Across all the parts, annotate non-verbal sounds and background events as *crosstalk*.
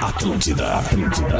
Atlântida, Atlântida.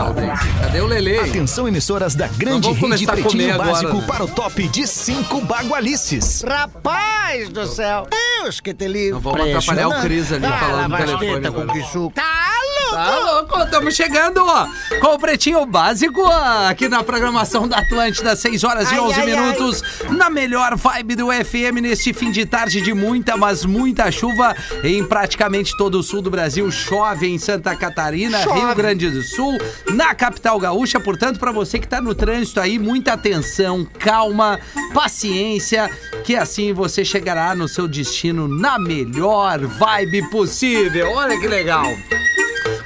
Cadê o Lele? Atenção, emissoras da grande Nós vamos rede começar a Pretinho comer agora, Básico né? para o top de cinco bagualices. Rapaz do céu! Deus que te livre! Não vamos atrapalhar o Cris ali ah, falando no lava as telefone tetas agora. com que suco. Tá louco! Tá louco, estamos chegando ó, com o Pretinho Básico ó, aqui na programação da Atlântida, 6 horas e Ai, 11 ai, minutos, na melhor vibe do FM neste fim de tarde de muita, mas muita chuva em praticamente todo o sul do Brasil. Chove em Santa Catarina, Chove. Rio Grande do Sul, na capital gaúcha. Portanto, para você que tá no trânsito aí, muita atenção, calma, paciência, que assim você chegará no seu destino na melhor vibe possível. Olha que legal.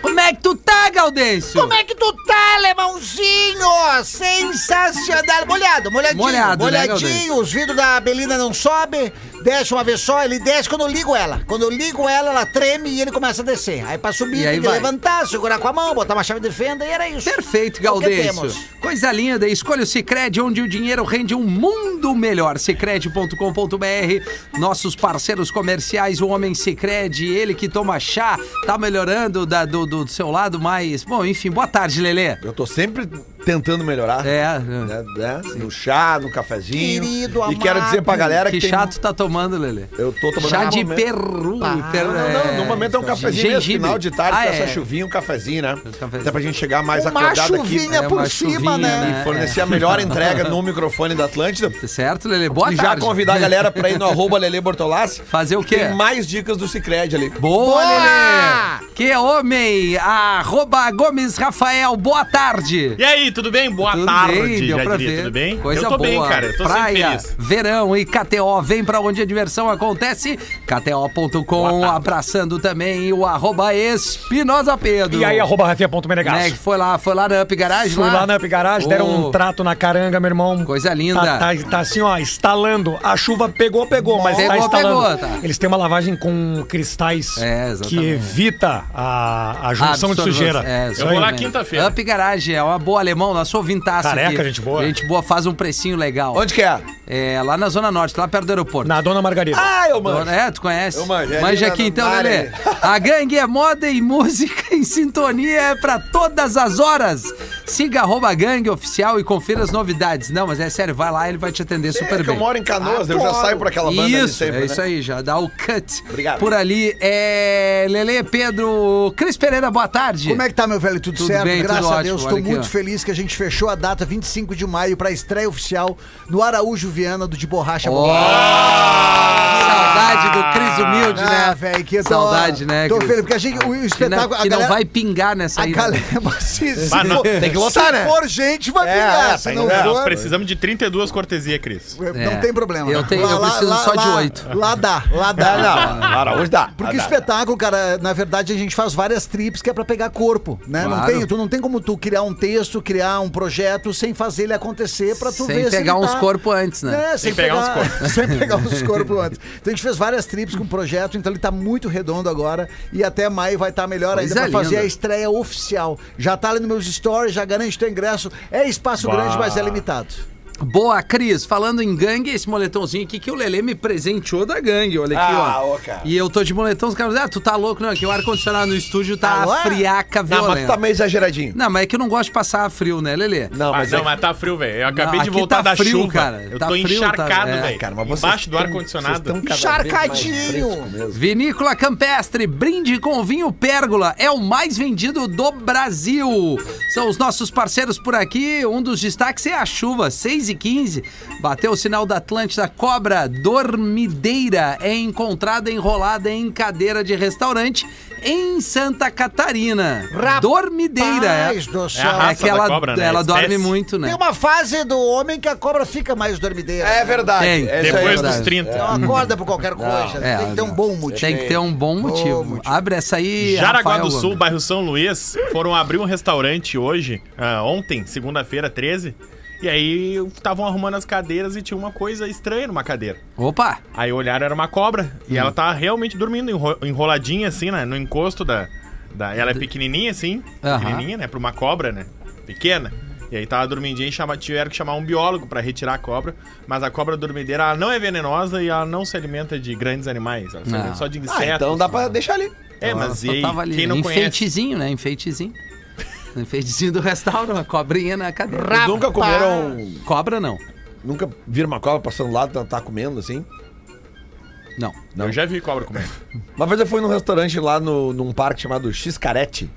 Como é que tu tá, Gaudêncio? Como é que tu tá, alemãozinho? Sensacional! Molhado, molhadinho. Molhado, né, molhadinho. Galdêncio? Os vidros da Belina não sobem, desce uma vez só, ele desce quando eu ligo ela. Quando eu ligo ela, ela treme e ele começa a descer. Aí pra subir, E aí tem que vai. levantar, segurar com a mão, botar uma chave de fenda e era isso. Perfeito, É o que Gaudêncio. temos. Coisa linda, escolha o Cicred, onde o dinheiro rende um mundo melhor. Cicred.com.br, nossos parceiros comerciais, o Homem Cicred, ele que toma chá, tá melhorando da- do, do- do seu lado, mas. Bom, enfim, boa tarde, Lelê. Eu tô sempre tentando melhorar. É, Né, né? No chá, no cafezinho. Querido, e amado. quero dizer pra galera que, que tem- chá tu tá tomando, Lelê? Eu tô tomando Chá no de momento- peru. peru- Não, não, no momento é um de cafezinho mesmo, gengibre. final de tarde, Ah, com é. essa chuvinha, um cafezinho, né? cafezinho. Até pra gente chegar mais Uma acordado aqui. chuvinha É uma por cima, chuvinha, né? né? E fornecer a melhor entrega no microfone da Atlântida. Certo, Lelê? Boa e já tarde. convidar *laughs* a galera pra ir no arroba Lele Bortolassi. Fazer o quê? Tem mais dicas do Cicred ali. Boa, Boa! Lelê! Que é homem! Arroba Gomes Rafael, boa tarde! E aí, tudo bem? Boa tarde, já diria, tudo bem? Coisa eu tô boa. bem, cara, eu tô sempre Praia, feliz. verão e KTO, vem pra onde a diversão acontece. KTO.com, abraçando também o arroba Espinosa Pedro. E aí, arroba Como é que Rafinha.menegas. foi lá? Foi lá na Up Garage? Fui lá na Up Garage, deram Ô, um trato na caranga, meu irmão. Coisa linda. Tá, tá- tá assim, ó, estalando. A chuva pegou, pegou, mas Pegou, tá estalando. pegou, tá. Eles têm uma lavagem com cristais É, exatamente. que evita a, a junção de absorvente. sujeira. É, Isso Eu aí. vou lá exatamente. quinta-feira. Up Garage é uma boa alemão, nosso ouvintaço Careca, aqui. gente boa. Gente boa, faz um precinho legal. Onde que é? É, lá na Zona Norte, lá perto do aeroporto. Na Dona Margarida. Ah, eu mano. É, tu conhece? Eu manjo, é Manja ali aqui na- então, na área Lelê. ali. A gangue é moda e música em sintonia é pra todas as horas. Siga arroba gangue oficial e confira as novidades. Não, mas é sério, vai lá, ele vai te atender super é que eu bem. moro em Canoas, eu já Adoro. saio por aquela banda ali Isso, sempre, é né? isso aí, já dá o cut. Obrigado. Por ali é Lelê, Pedro, Cris Pereira, boa tarde. Como é que tá, meu velho? Tudo, Tudo certo? bem, tudo Graças ótimo. a Deus, Olha tô aqui, muito ó. feliz que a gente fechou a data 25 de maio pra estreia oficial no Araújo Viana do De Borracha Ó, Ah, Saudade do Cris Humilde, Ah, né? velho, que eu tô- Saudade, né? Tô Cris? feliz, porque a gente, o, o Que não, espetáculo... a que não galera- vai pingar nessa A aí. né? galera... *laughs* Se, se Ah, não, for- tem que lotar, se né? for gente, vai É, pegar. é, se tem- não é, Nós for... precisamos de 32 cortesia, Cris. É. Não tem problema. Eu tenho- eu preciso só de oito. Lá dá, lá dá. Ah, não. Para, hoje dá. Porque Ah, dá. espetáculo, cara, na verdade a gente faz várias trips que é pra pegar corpo, né? Não Claro. tem, tu não tem como tu criar um texto, criar um projeto sem fazer ele acontecer pra tu Sem ver se pegar ele tá- uns corpos antes, né? É, Sem pegar uns *laughs* corpos. sem pegar uns corpos antes. Então a gente fez várias trips com o projeto, então ele tá muito redondo agora e até maio vai estar melhor Coisa ainda pra fazer linda. a estreia oficial. Já tá ali nos meus stories, já garante teu ingresso. É espaço grande, mas é limitado. Boa, Cris. Falando em gangue, esse moletomzinho aqui que o Lelê me presenteou da gangue. Olha aqui, Ah, ó. ô, cara. E eu tô de moletom, os caras dizem, ah, tu tá louco, não? é Que o ar-condicionado no estúdio tá Alô? friaca Não, mas violenta. tu tá meio exageradinho. Não, mas é que eu não gosto de passar frio, né, Lelê? Não, Ah, mas não, é... mas tá frio, velho. Eu acabei Não, de aqui voltar tá da frio, chuva. cara. Eu Tá tô frio, tá- encharcado, é, velho. Cara, mas vocês Embaixo do tão- ar-condicionado. vocês tão cada vez mais fresco mesmo. Vinícola Campestre, brinde com vinho Pérgola, é o mais vendido do Brasil. São os nossos parceiros por aqui, um dos destaques é a chuva, 6 e 15 bateu o sinal da Atlântida, cobra dormideira é encontrada enrolada em cadeira de restaurante em Santa Catarina. dormideira, é, Paz do É a céu. é raça que ela, da cobra, né? ela dorme Espécie. muito, né? Tem uma fase do homem que a cobra fica mais dormideira. É verdade. Tem. É isso aí, Depois verdade. dos 30. Não acorda por qualquer coisa. É, tem que ter um bom motivo. Tem que ter um bom motivo. Abre essa aí, Jaraguá Rafael do Sul, Gomes. bairro São Luís, foram abrir um restaurante hoje, ah, ontem, segunda-feira, 13. E aí estavam arrumando as cadeiras e tinha uma coisa estranha numa cadeira. Opa! Aí olharam, era uma cobra. E Hum. ela tava realmente dormindo, enro- enroladinha assim, né? No encosto da. da ela é pequenininha assim. Aham. Pequenininha, né? Pra uma cobra, né? Pequena. E aí tava dormidinha e chama- tiveram que chamar um biólogo pra retirar a cobra. Mas a cobra dormideira, ela não é venenosa e ela não se alimenta de grandes animais. Ela se Não. alimenta só de insetos. então Ah, então dá pra deixar ali. É, mas e Só aí, tava ali, quem né? não conhece. Enfeitezinho, né? Enfeitezinho. Um enfeitezinho do restaurante, uma cobrinha na cadeira. Ra- Vocês nunca Rapaz. comeram. Cobra não. um- Nunca viram uma cobra passando do lado, tá, tá comendo assim? Não. Não. Eu já vi cobra comendo. Uma vez eu fui num restaurante lá no, num parque chamado Xcarete,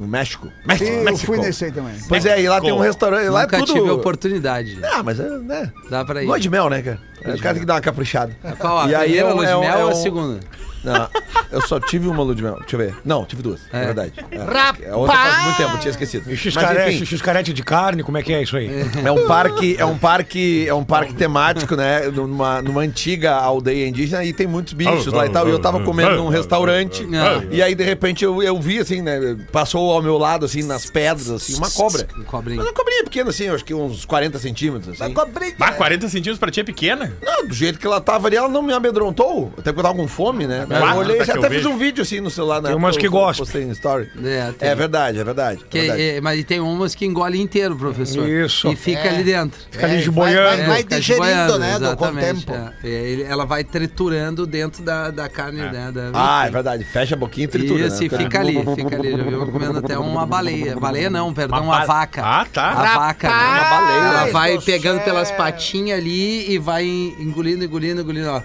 no México. México, Eu México. fui nesse aí também. Pois é, e lá tem um restaurante. Lá é Nunca tudo... tive a oportunidade. Ah, mas é, né? Dá pra ir. Lua de mel, né, cara? Os caras têm que dar uma caprichada. Qual a E aí primeira é um- lua de é um- mel é ou a um- segunda? Não, eu só tive uma lua de mel. Deixa eu ver. Não, tive duas, é, É. verdade. É, a outra faz muito tempo, eu tinha esquecido. E Mas, xiscarete, enfim, xiscarete de carne, como é que é isso aí? é um parque, é um parque, é um parque temático, né? Numa, numa antiga aldeia indígena e tem muitos bichos lá e tal. E eu tava comendo num restaurante. Ah. E aí, de repente, eu, eu vi assim, né? Passou ao meu lado, assim, nas pedras, assim, uma cobra. Um cobrinho. Mas uma cobrinha pequena, assim, eu acho que uns 40 centímetros. Assim. Bah, 40 centímetros pra ti é pequena? Não, do jeito que ela tava ali, ela não me amedrontou. Até porque eu tava com fome, né? Claro, eu olhei, tá que eu até fiz vejo. um vídeo assim no celular, né? Tem umas que gostam. Postei no story. É, tem. É verdade, é verdade. é Que- verdade. é, mas tem umas que engolem inteiro, professor. Isso. E fica É. ali dentro. Fica ali É, de vai- boiando. vai- fica digerindo, esboiando, né, do- com o Exatamente. tempo. é. É, ele- ela vai triturando dentro da, da carne, né? Da, Ah, é verdade. Fecha a boquinha e tritura. Isso, né? e *laughs* fica ali, fica ali. Já viu comendo até uma baleia. Baleia não, perdão, uma, ba- vaca. Ah, tá. é. A vaca, né? Rapaz, Uma baleia. Ela vai você- pegando pelas patinhas ali e vai engolindo, engolindo, engolindo, ó.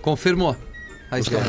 Confirmou. Aí, espera.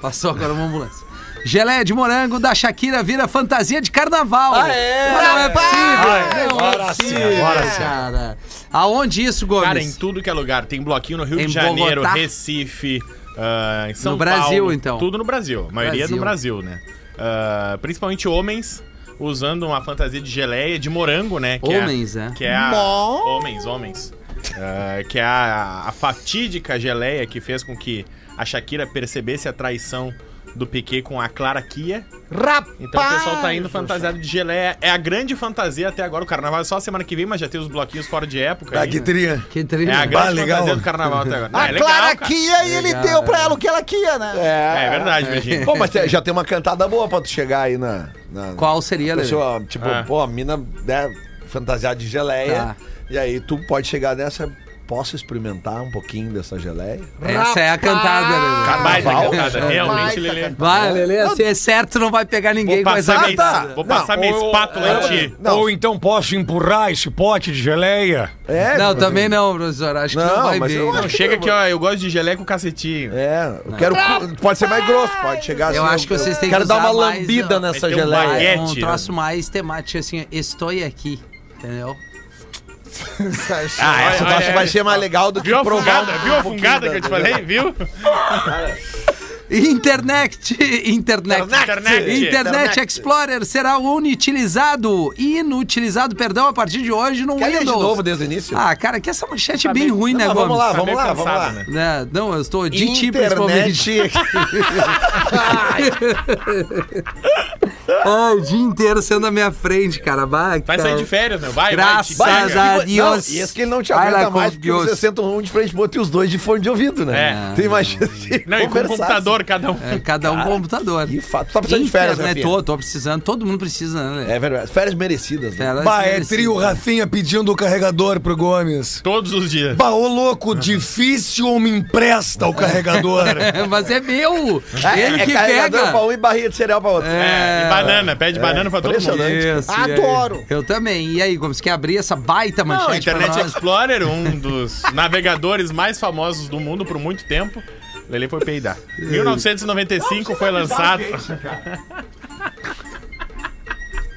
Passou agora uma ambulância. Geleia de morango da Shakira vira fantasia de carnaval. Ah, é? Não é possível. Não é possível, cara. Aonde isso, Gomes? Cara, em tudo que é lugar. Tem bloquinho no Rio Em de Janeiro, Bogotá. Recife, ah, em São No Brasil, Paulo, então. Tudo no Brasil. A maioria é do Brasil. Brasil, né? Ah, principalmente homens usando uma fantasia de geleia, de morango, né? que é- Homens, né? Que é a... Homens, homens. Ah, que é a, a fatídica geleia que fez com que a Shakira percebesse a traição do Piquet com a Clara Kia. Rapaz! Então o pessoal tá indo fantasiado de geleia. É a grande fantasia até agora. O carnaval é só semana que vem, mas já tem os bloquinhos fora de época. aí, né? trinha. Que É a trilha. grande legal. Ah, fantasia do carnaval até *laughs* agora. Não, A é legal, Clara cara. quia e ele Legal, deu pra é. ela o que ela quia, né? É verdade, Virginia. Pô, mas te- já tem uma cantada boa pra tu chegar aí na. na Qual seria, Lelê? pessoa, Tipo, Ah. pô, a mina né, fantasiada de geleia. Tá. E aí tu pode chegar nessa. Posso experimentar um pouquinho dessa geleia? Essa é a cantada, Lelê. Ah, baita Carnaval? cantada, realmente, Baita Lelê. Vai, Né? Lelê, assim é certo, não vai pegar ninguém Vou com essa passar, minha, cantada. vou passar minha espátula em ti. Não. Ou então posso empurrar esse pote de geleia? É, Não, também não, professor. Acho que Não, não vai mas bem. eu né? Não, chega aqui, ó. Eu gosto de geleia com cacetinho. É, eu quero. Pode ser mais grosso, pode chegar assim, Eu acho que vocês têm Quero que dar uma usar mais, lambida ó, nessa meter um geleia. baguete. um Guete, troço mais temático, assim, estou aqui, entendeu? Ah, essa Olha, eu acho olha, que vai ser mais legal do que é, Viu a provar. fungada? Viu a fungada que eu te falei? Viu? É, Internet, *laughs* internet, Internet. internet, Explorer será inutilizado, inutilizado, perdão, a partir de hoje no Quer ler de Windows. novo desde o início? Ah, cara, que essa manchete é bem ruim, né, Não, vamos Gomes? lá, Tá vamos meio lá, vamos lá. cansado, né? Né, Não, eu estou de ti, principalmente. *laughs* Internet. Ah, o dia inteiro sendo na minha frente, cara. Vai, Vai sair de férias, meu. Vai, Graças vai. te- a vai, Não, Deus. E esse que ele não te Vai lá aguenta com mais porque Deus. você senta um de frente pro outro e os dois de fone de ouvido, né? É. Tem mais chance de Não, e com o conversar, computador, cada um. É, cada um com computador. assim. Que fato. Tu tá precisando de férias, né? Internet, tô, tô precisando. Todo mundo precisa, né? Lê? É verdade. Férias merecidas, né? Férias Bah, é merecidas. trio Rafinha pedindo o carregador pro Gomes. Todos os dias. Bah, ô louco, difícil ou me empresta *laughs* o carregador? *laughs* É, Mas é meu! Ele que carregador pega! pra um e barrinha de cereal pra outro. É, e banana. Pede banana pra todo mundo. impressionante. Isso, Ah, e aí? Adoro. Eu também. E aí, Gomes, quer abrir essa baita manchete? Não, pra é Internet nós? Explorer, um *laughs* dos navegadores mais famosos do mundo por muito tempo. Lele foi peidar. 1995 foi lançado.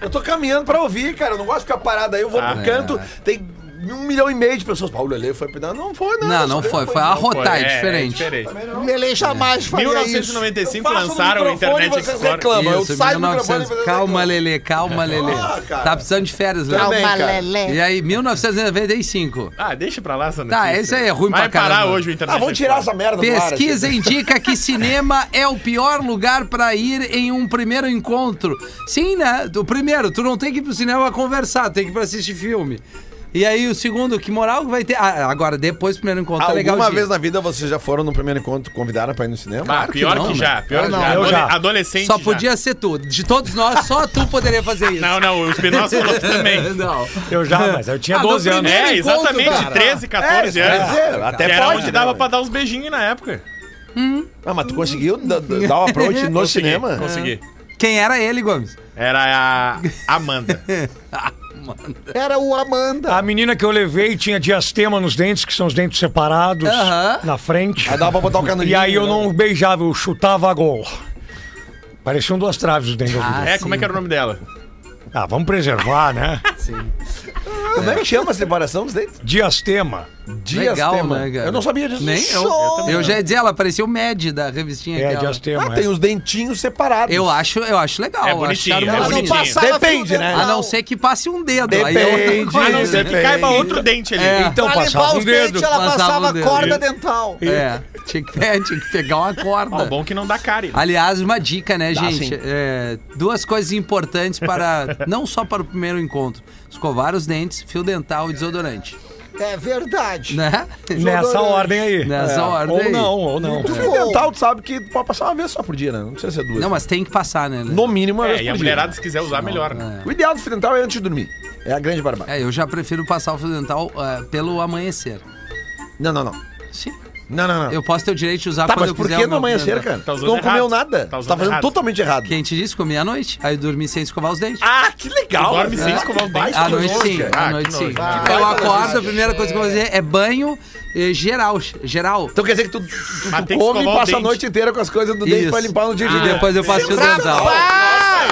Eu tô caminhando pra ouvir, cara. Eu não gosto de ficar parado aí. Eu vou Ah. pro é, canto, tem um milhão e meio de pessoas. Paulo Lele foi pedar. Não foi, não. Não, não foi. Foi arrotar, é, Pô, diferente. O Lelê jamais faria é isso. 1995 lançaram o Internet Explorer. reclamam. Eu Isso, saio do microfone 1900. e vocês Calma, reclamam. Lelê, calma, Lelê. Ah, cara. Tá precisando de férias, Lelê. Também, Calma, cara. Lelê. E aí, 1995. Ah, deixa pra lá essa notícia. Tá, esse aí é ruim Vai pra caramba. parar hoje o Internet Ah, vamos tirar essa Explorer. merda do ar. Pesquisa indica *laughs* que cinema é o pior lugar pra ir em um primeiro encontro. Sim, né? O primeiro, tu não tem que ir pro cinema conversar, tem que ir pra assistir filme. E aí o segundo, que moral que vai ter? Ah, agora, depois do primeiro encontro, é legal. Alguma de ir. vez na vida vocês já foram no primeiro encontro, convidaram pra ir no cinema? Ah, que pior que, não, né? já. Pior que não, já. eu Adole- já. Adolescente Só já. podia ser tu. De todos nós, só tu poderia fazer isso. Não, não, o Espinosa falou *laughs* também. Não. Eu já, mas eu tinha Ah, 12 no anos. primeiro É, encontro, exatamente, cara. É, 13, 14 anos. até que era pode, onde né, dava mas- pra dar uns beijinhos na época. Ah, mas tu conseguiu da- da- dar uma approach no Consegui, cinema? Consegui. Quem era ele, Gomes? Era a Amanda. Era o Amanda. A menina que eu levei tinha diastema nos dentes, que são os dentes separados Aham. Ah, na frente. Aí dava pra botar o canudinho. E aí eu né? não beijava, eu chutava a gol. Pareciam duas traves os dentes. Ah, Assim. é, como é que era o nome dela? ah vamos preservar, né? Como é que chama a separação dos dentes? Diastema. Legal, Diastema. né, cara? Eu não sabia disso. Nem eu. Show! Eu já ia dizer, ela parecia o Mad da revistinha É, aquela. diastema. Ah, é. tem os dentinhos separados. Eu acho, eu acho legal. É eu acho bonitinho, é charmosinho. bonitinho. Depende, né? É, A não ser que passe um dedo. aí é outra *laughs* Depende, coisa, né? depende. Que Ah, caiba outro dente ali. É. Então Pra limpar passava um os dentes, dedo. ela Passava passava um dedo. corda dental. É, tinha que, é, *laughs* tinha que pegar uma corda. Ah, o bom é que não dá cárie. Aliás, uma dica, né, Dá, gente? Tá sim. É, duas coisas importantes *laughs* para. não só para o primeiro encontro: escovar os dentes, fio dental e desodorante. É verdade. Né? Nessa ordem aí. É. Nessa ordem Ou aí. não, ou um. não. Tu fio dental, tu sabe que pode passar uma vez só por dia, né? Não precisa ser duas. Não, mas tem que passar, né? Lê? No mínimo uma É, vez e a por dia. mulherada, se quiser usar, melhor, né? O ideal do fio dental é antes de dormir. É a grande barbada. É, eu já prefiro passar o fio dental eh, pelo amanhecer. Não, não, não. Sim. Não, não, não. Eu posso ter o direito de usar Tá, quando mas eu por quiser. que o meu no fio amanhecer, dental. cara? Tá tu usando não comeu errado. nada. Tá tu tá usando fazendo errado. totalmente errado. Quem te disse? Comi à noite. Aí eu dormi sem escovar os dentes. Ah, que legal. Dorme né? sem escovar o dente. Ah, À noite nojo, sim, cara. à Ah, noite que sim. nojo. Que eu baita acordo, a primeira coisa que eu vou fazer é banho eh, geral, geral. Então quer dizer que tu, tu, Mas tu tem que come e escovar o passa a dente. noite inteira com as coisas do dente Isso. pra limpar no dia E de depois eu faço o dental.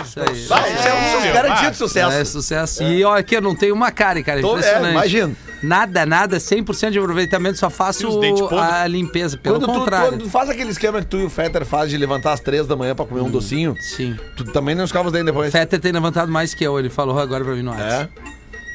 Isso aí. Vai, isso é um É. garantia de É sucesso. sucesso. E olha aqui, eu não tenho uma cara, cara. Tô- é, Impressionante. imagino. Nada, nada, 100% de aproveitamento, só E faço os dentes podres? a limpeza. Pelo Quando tu, contrário. quando tu faz aquele esquema que tu e o Fetter fazem de levantar às três da manhã pra Hum. comer um docinho, Sim. tu também não escova os dentes O depois. Fetter tem levantado mais que eu, ele falou agora pra mim no É. WhatsApp.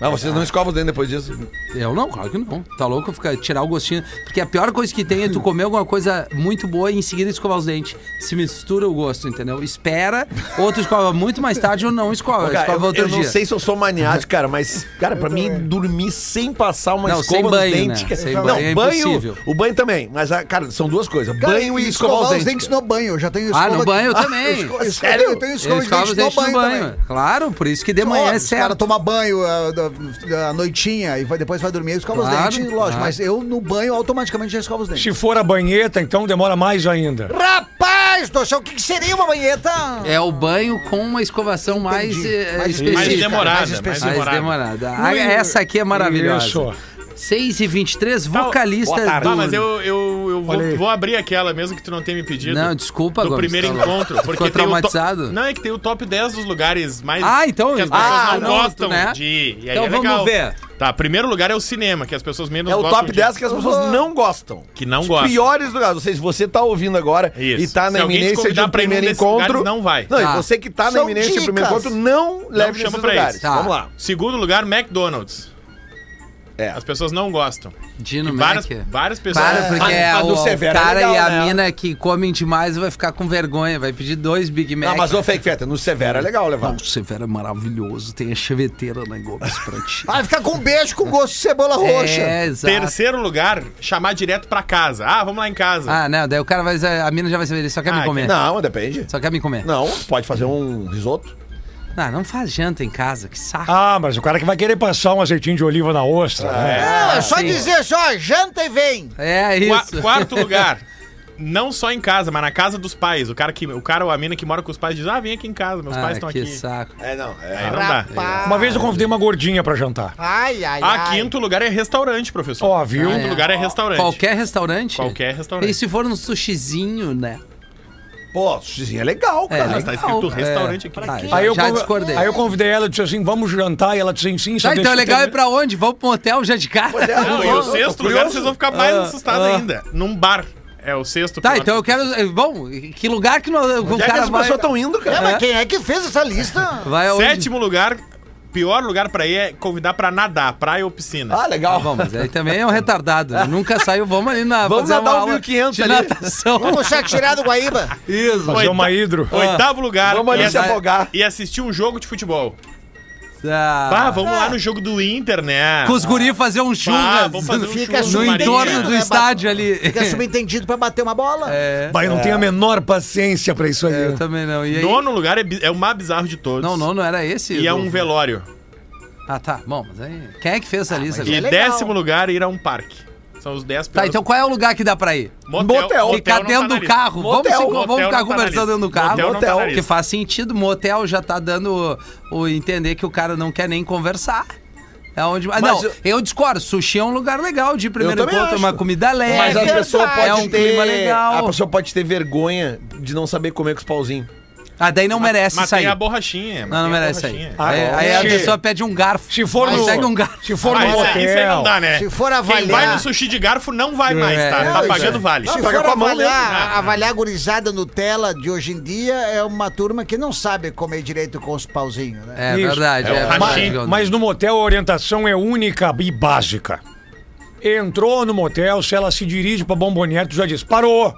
Mas vocês não escovam os dentes depois disso. Eu não, claro que não. Tá louco ficar, tirar o gostinho. Porque a pior coisa que tem é tu comer alguma coisa muito boa e em seguida escovar os dentes. Se mistura o gosto, entendeu? Espera, outro escova muito mais tarde ou não escova. Cara, escova eu, outro eu não dia. sei se eu sou maniático, cara, mas, cara, pra mim, dormir sem passar uma Não, escova sem no banho, dente. né? cara. Sem não, banho é impossível. banho. O banho também. Mas, ah, cara, são duas coisas: Cara, banho e escovar, os dentes. no banho. Eu já tenho Ah, no *laughs* banho eu também. Escova- Sério? Eu tenho Eu escova de escova os dente no dentes banho, no banho. também. Claro, por isso que de manhã Óbvio, é os cara certo. toma banho ah, da- da noitinha e vai, depois vai dormir e escova Claro, os dentes, lógico. claro. Mas eu no banho automaticamente já escovo os dentes. Se for a banheta, então demora mais ainda. Rapaz do céu, o que, que seria uma banheta? É o banho com uma escovação mais, eh, Mais específica. Mais demorada. mais Mais específica. Mais demorada. demorada. Ah, essa aqui é maravilhosa. Isso. 6 e 23 Tá, vocalista do... Tá, mas eu, eu, eu Olha aí. vou, vou abrir aquela mesmo que tu não tenha me pedido. Não, desculpa, Do Gomes, primeiro tá louco. encontro. Tu Porque ficou tem o top- traumatizado? Não, é que tem o top 10 dos lugares mais. Ah, então- Que as pessoas Ah, não, não, gostam né? de ir. E aí Então é vamos legal. ver. Tá, primeiro lugar é o cinema, que as pessoas menos É o gostam top de- 10 que as pessoas não gostam. Que não Os gostam. piores lugares. Ou seja, você tá ouvindo agora Isso. e tá na Se alguém te iminência de convidar um pra ir num primeiro desses encontro. lugares, não vai. Não, Tá. e você que tá na São iminência de um primeiro dicas. encontro, não leve chama nesses pra lugares. isso. Tá. Vamos lá. Segundo lugar, McDonald's. É. As pessoas não gostam. Dino Várias, Mac. várias pessoas. Claro, porque Ah, é, a do o, o Severo é cara legal, e a né? mina que comem demais vai ficar com vergonha, vai pedir dois Big Mac. Não, mas o fake feta, no Severo é legal levar. Não, o Severo é maravilhoso, tem a cheveteira na Gomes pra ti. Vai ficar com um beijo com gosto de cebola *laughs* roxa. É, exato. Terceiro lugar, chamar direto pra casa. Ah, vamos lá em casa. Ah, não, daí o cara vai, a mina já vai saber, ele só quer Ah, me comer. Não, depende. Só quer me comer. Não, pode fazer um risoto. Não, não faz janta em casa, que saco. Ah, mas o cara que vai querer passar um azeitinho de oliva na ostra, né? Não, é só Ah, sim. dizer só, janta e vem. É Qua- isso. *laughs* quarto lugar. Não só em casa, mas na casa dos pais. O cara, que, o cara ou a mina que mora com os pais diz: Ah, vem aqui em casa, meus *laughs* Ah, pais estão que aqui. saco. É, não. Aí não dá. Rapaz. Uma vez eu convidei uma gordinha pra jantar. Ai, ai, Ah, ai. quinto lugar é restaurante, professor. Ó, viu? Quinto é. lugar é restaurante. Qualquer restaurante? Qualquer restaurante. E se for num sushizinho, né? Pô, sushizinho é legal, É, cara. mas tá escrito restaurante aqui. Tá, já, Aí eu, já conv- discordei. aí eu convidei ela e disse assim: vamos jantar. E ela disse assim, sim, só Tá, então deixa é eu legal ir terminar. pra onde? Vamos pro hotel já de cara? Não, e o sexto lugar um vocês vão ficar mais assustados ainda. Num bar. É o sexto. Ah, Tá, pior. então eu quero. Bom, que lugar que não- o Já que cara as vai. pessoas estão indo, É, cara. mas quem é que fez essa lista? vai aonde? Sétimo lugar, pior lugar pra ir é convidar pra nadar, praia ou piscina. Ah, Ah, legal. bom, mas aí também é um retardado. né? Nunca saiu. Vamos ali na. Vamos fazer nadar uma um aula 1500 de ali. natação. Vamos já tirar do Guaíba. Isso. Fazer é uma hidro. Oitavo lugar Vamos ali e se assi- afogar. e assistir um jogo de futebol. *laughs* Ah, Ah, vamos lá no jogo do Inter, né? Com os guri fazer um Ah, churras vamos fazer um Fica churras no no subentendido, entorno Marinho. do né, estádio ali. Fica subentendido pra bater uma bola. *laughs* É. Vai, não tem a menor paciência pra isso aí. Eu também não. E aí? Nono lugar é, bi- é o mais bizarro de todos. Não, não, não era esse. E é do- um velório. Ah, tá. Bom, mas aí. Quem é que fez essa lista? E agora? legal. décimo lugar, ir a um parque. São os 10 Tá, piores. então qual é o lugar que dá pra ir? motel, motel. não Ficar tá dentro na um do lista. carro. Vamos, Motel, se- motel vamos não ficar tá na conversando lista. dentro do carro. Motel não tá na Motel, que lista. faz sentido. Motel já tá dando o entender que o cara não quer nem conversar. É onde... ah, não, Mas eu... eu- discordo. Sushi é um lugar legal de ir primeiro Eu também encontro, é uma acho. comida leve. Mas é a pessoa verdade. pode É um ter. clima legal. A pessoa pode ter vergonha de não saber comer com os pauzinhos. Ah, daí não merece mas sair. tem a borrachinha. mas Não, não tem a merece sair. borrachinha. Ah, aí não. aí a Se- pessoa pede um garfo. Se for Aí no- segue um garfo. Se for no Ah, isso, motel. aí- isso aí não dá, né? Se for Quem vai avaliar. no sushi de garfo não vai mais, É, tá? não, Tá isso pagando vale. Se paga for com a mão né? avaliar, Ah. avaliar a gurizada Nutella de hoje em dia, é uma turma que não sabe comer direito com os pauzinhos, né? É Isso. verdade. É, É o verdade. rachinho. Mas no motel a orientação é única e básica. Entrou no motel, se ela se dirige pra bombonier, tu já diz, parou!